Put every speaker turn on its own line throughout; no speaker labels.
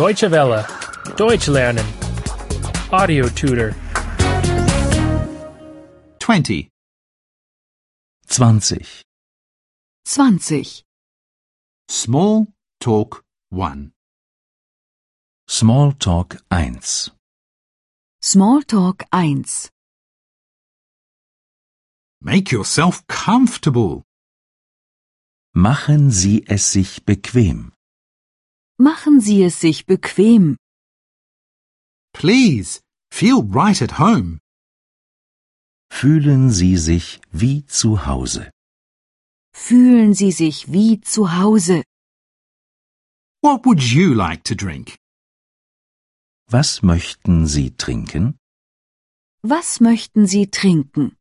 Deutsche Welle. Deutsch lernen. Audio tutor.
20.
20.
20.
Small Talk 1.
Smalltalk 1.
Smalltalk 1.
Make yourself comfortable.
Machen Sie es sich bequem.
Machen Sie es sich bequem.
Please feel right at home.
Fühlen Sie sich wie zu Hause.
Fühlen Sie sich wie zu Hause.
What would you like to drink?
Was möchten Sie trinken?
Was möchten Sie trinken?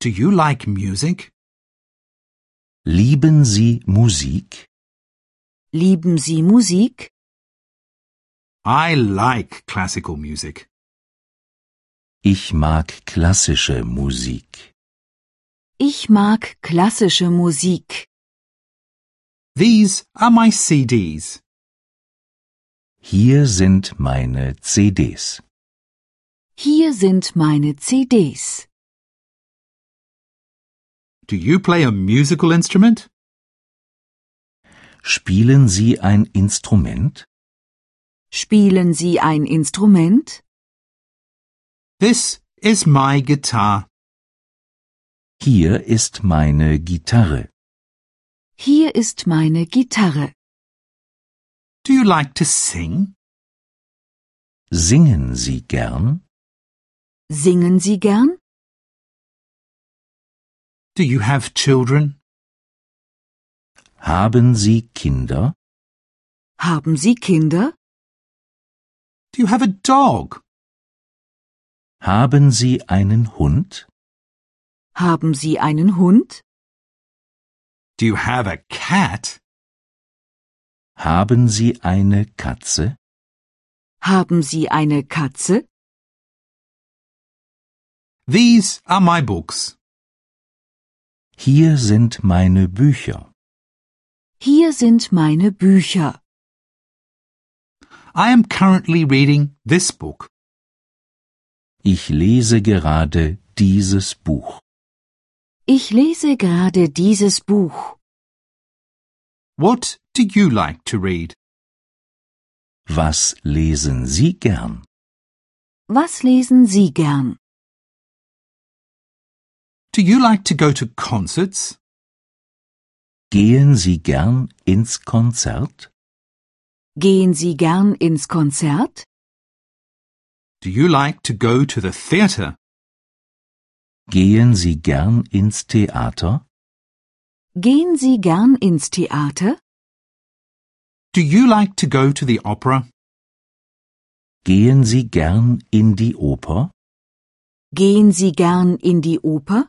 Do you like music?
Lieben Sie Musik?
Lieben Sie Musik?
I like classical music.
Ich mag klassische Musik.
Ich mag klassische Musik.
These are my CDs.
Hier sind meine CDs.
Hier sind meine CDs.
Do you play a musical instrument?
Spielen Sie ein Instrument?
Spielen Sie ein Instrument?
This is my guitar.
Hier ist meine Gitarre.
Hier ist meine Gitarre.
Do you like to sing?
Singen Sie gern?
Singen Sie gern?
Do you have children?
Haben Sie Kinder?
Haben Sie Kinder?
Do you have a dog?
Haben Sie einen Hund?
Haben Sie einen Hund?
Do you have a cat?
Haben Sie eine Katze?
Haben Sie eine Katze?
These are my books.
Hier sind meine Bücher.
Hier sind meine Bücher.
I am currently reading this book.
Ich lese gerade dieses Buch.
Ich lese gerade dieses Buch.
What do you like to read?
Was lesen Sie gern?
Was lesen Sie gern?
Do you like to go to concerts?
Gehen Sie gern ins Konzert?
Gehen Sie gern ins Konzert?
Do you like to go to the theatre?
Gehen Sie gern ins Theater?
Gehen Sie gern ins Theater?
Do you like to go to the opera?
Gehen Sie gern in die Oper?
Gehen Sie gern in die Oper?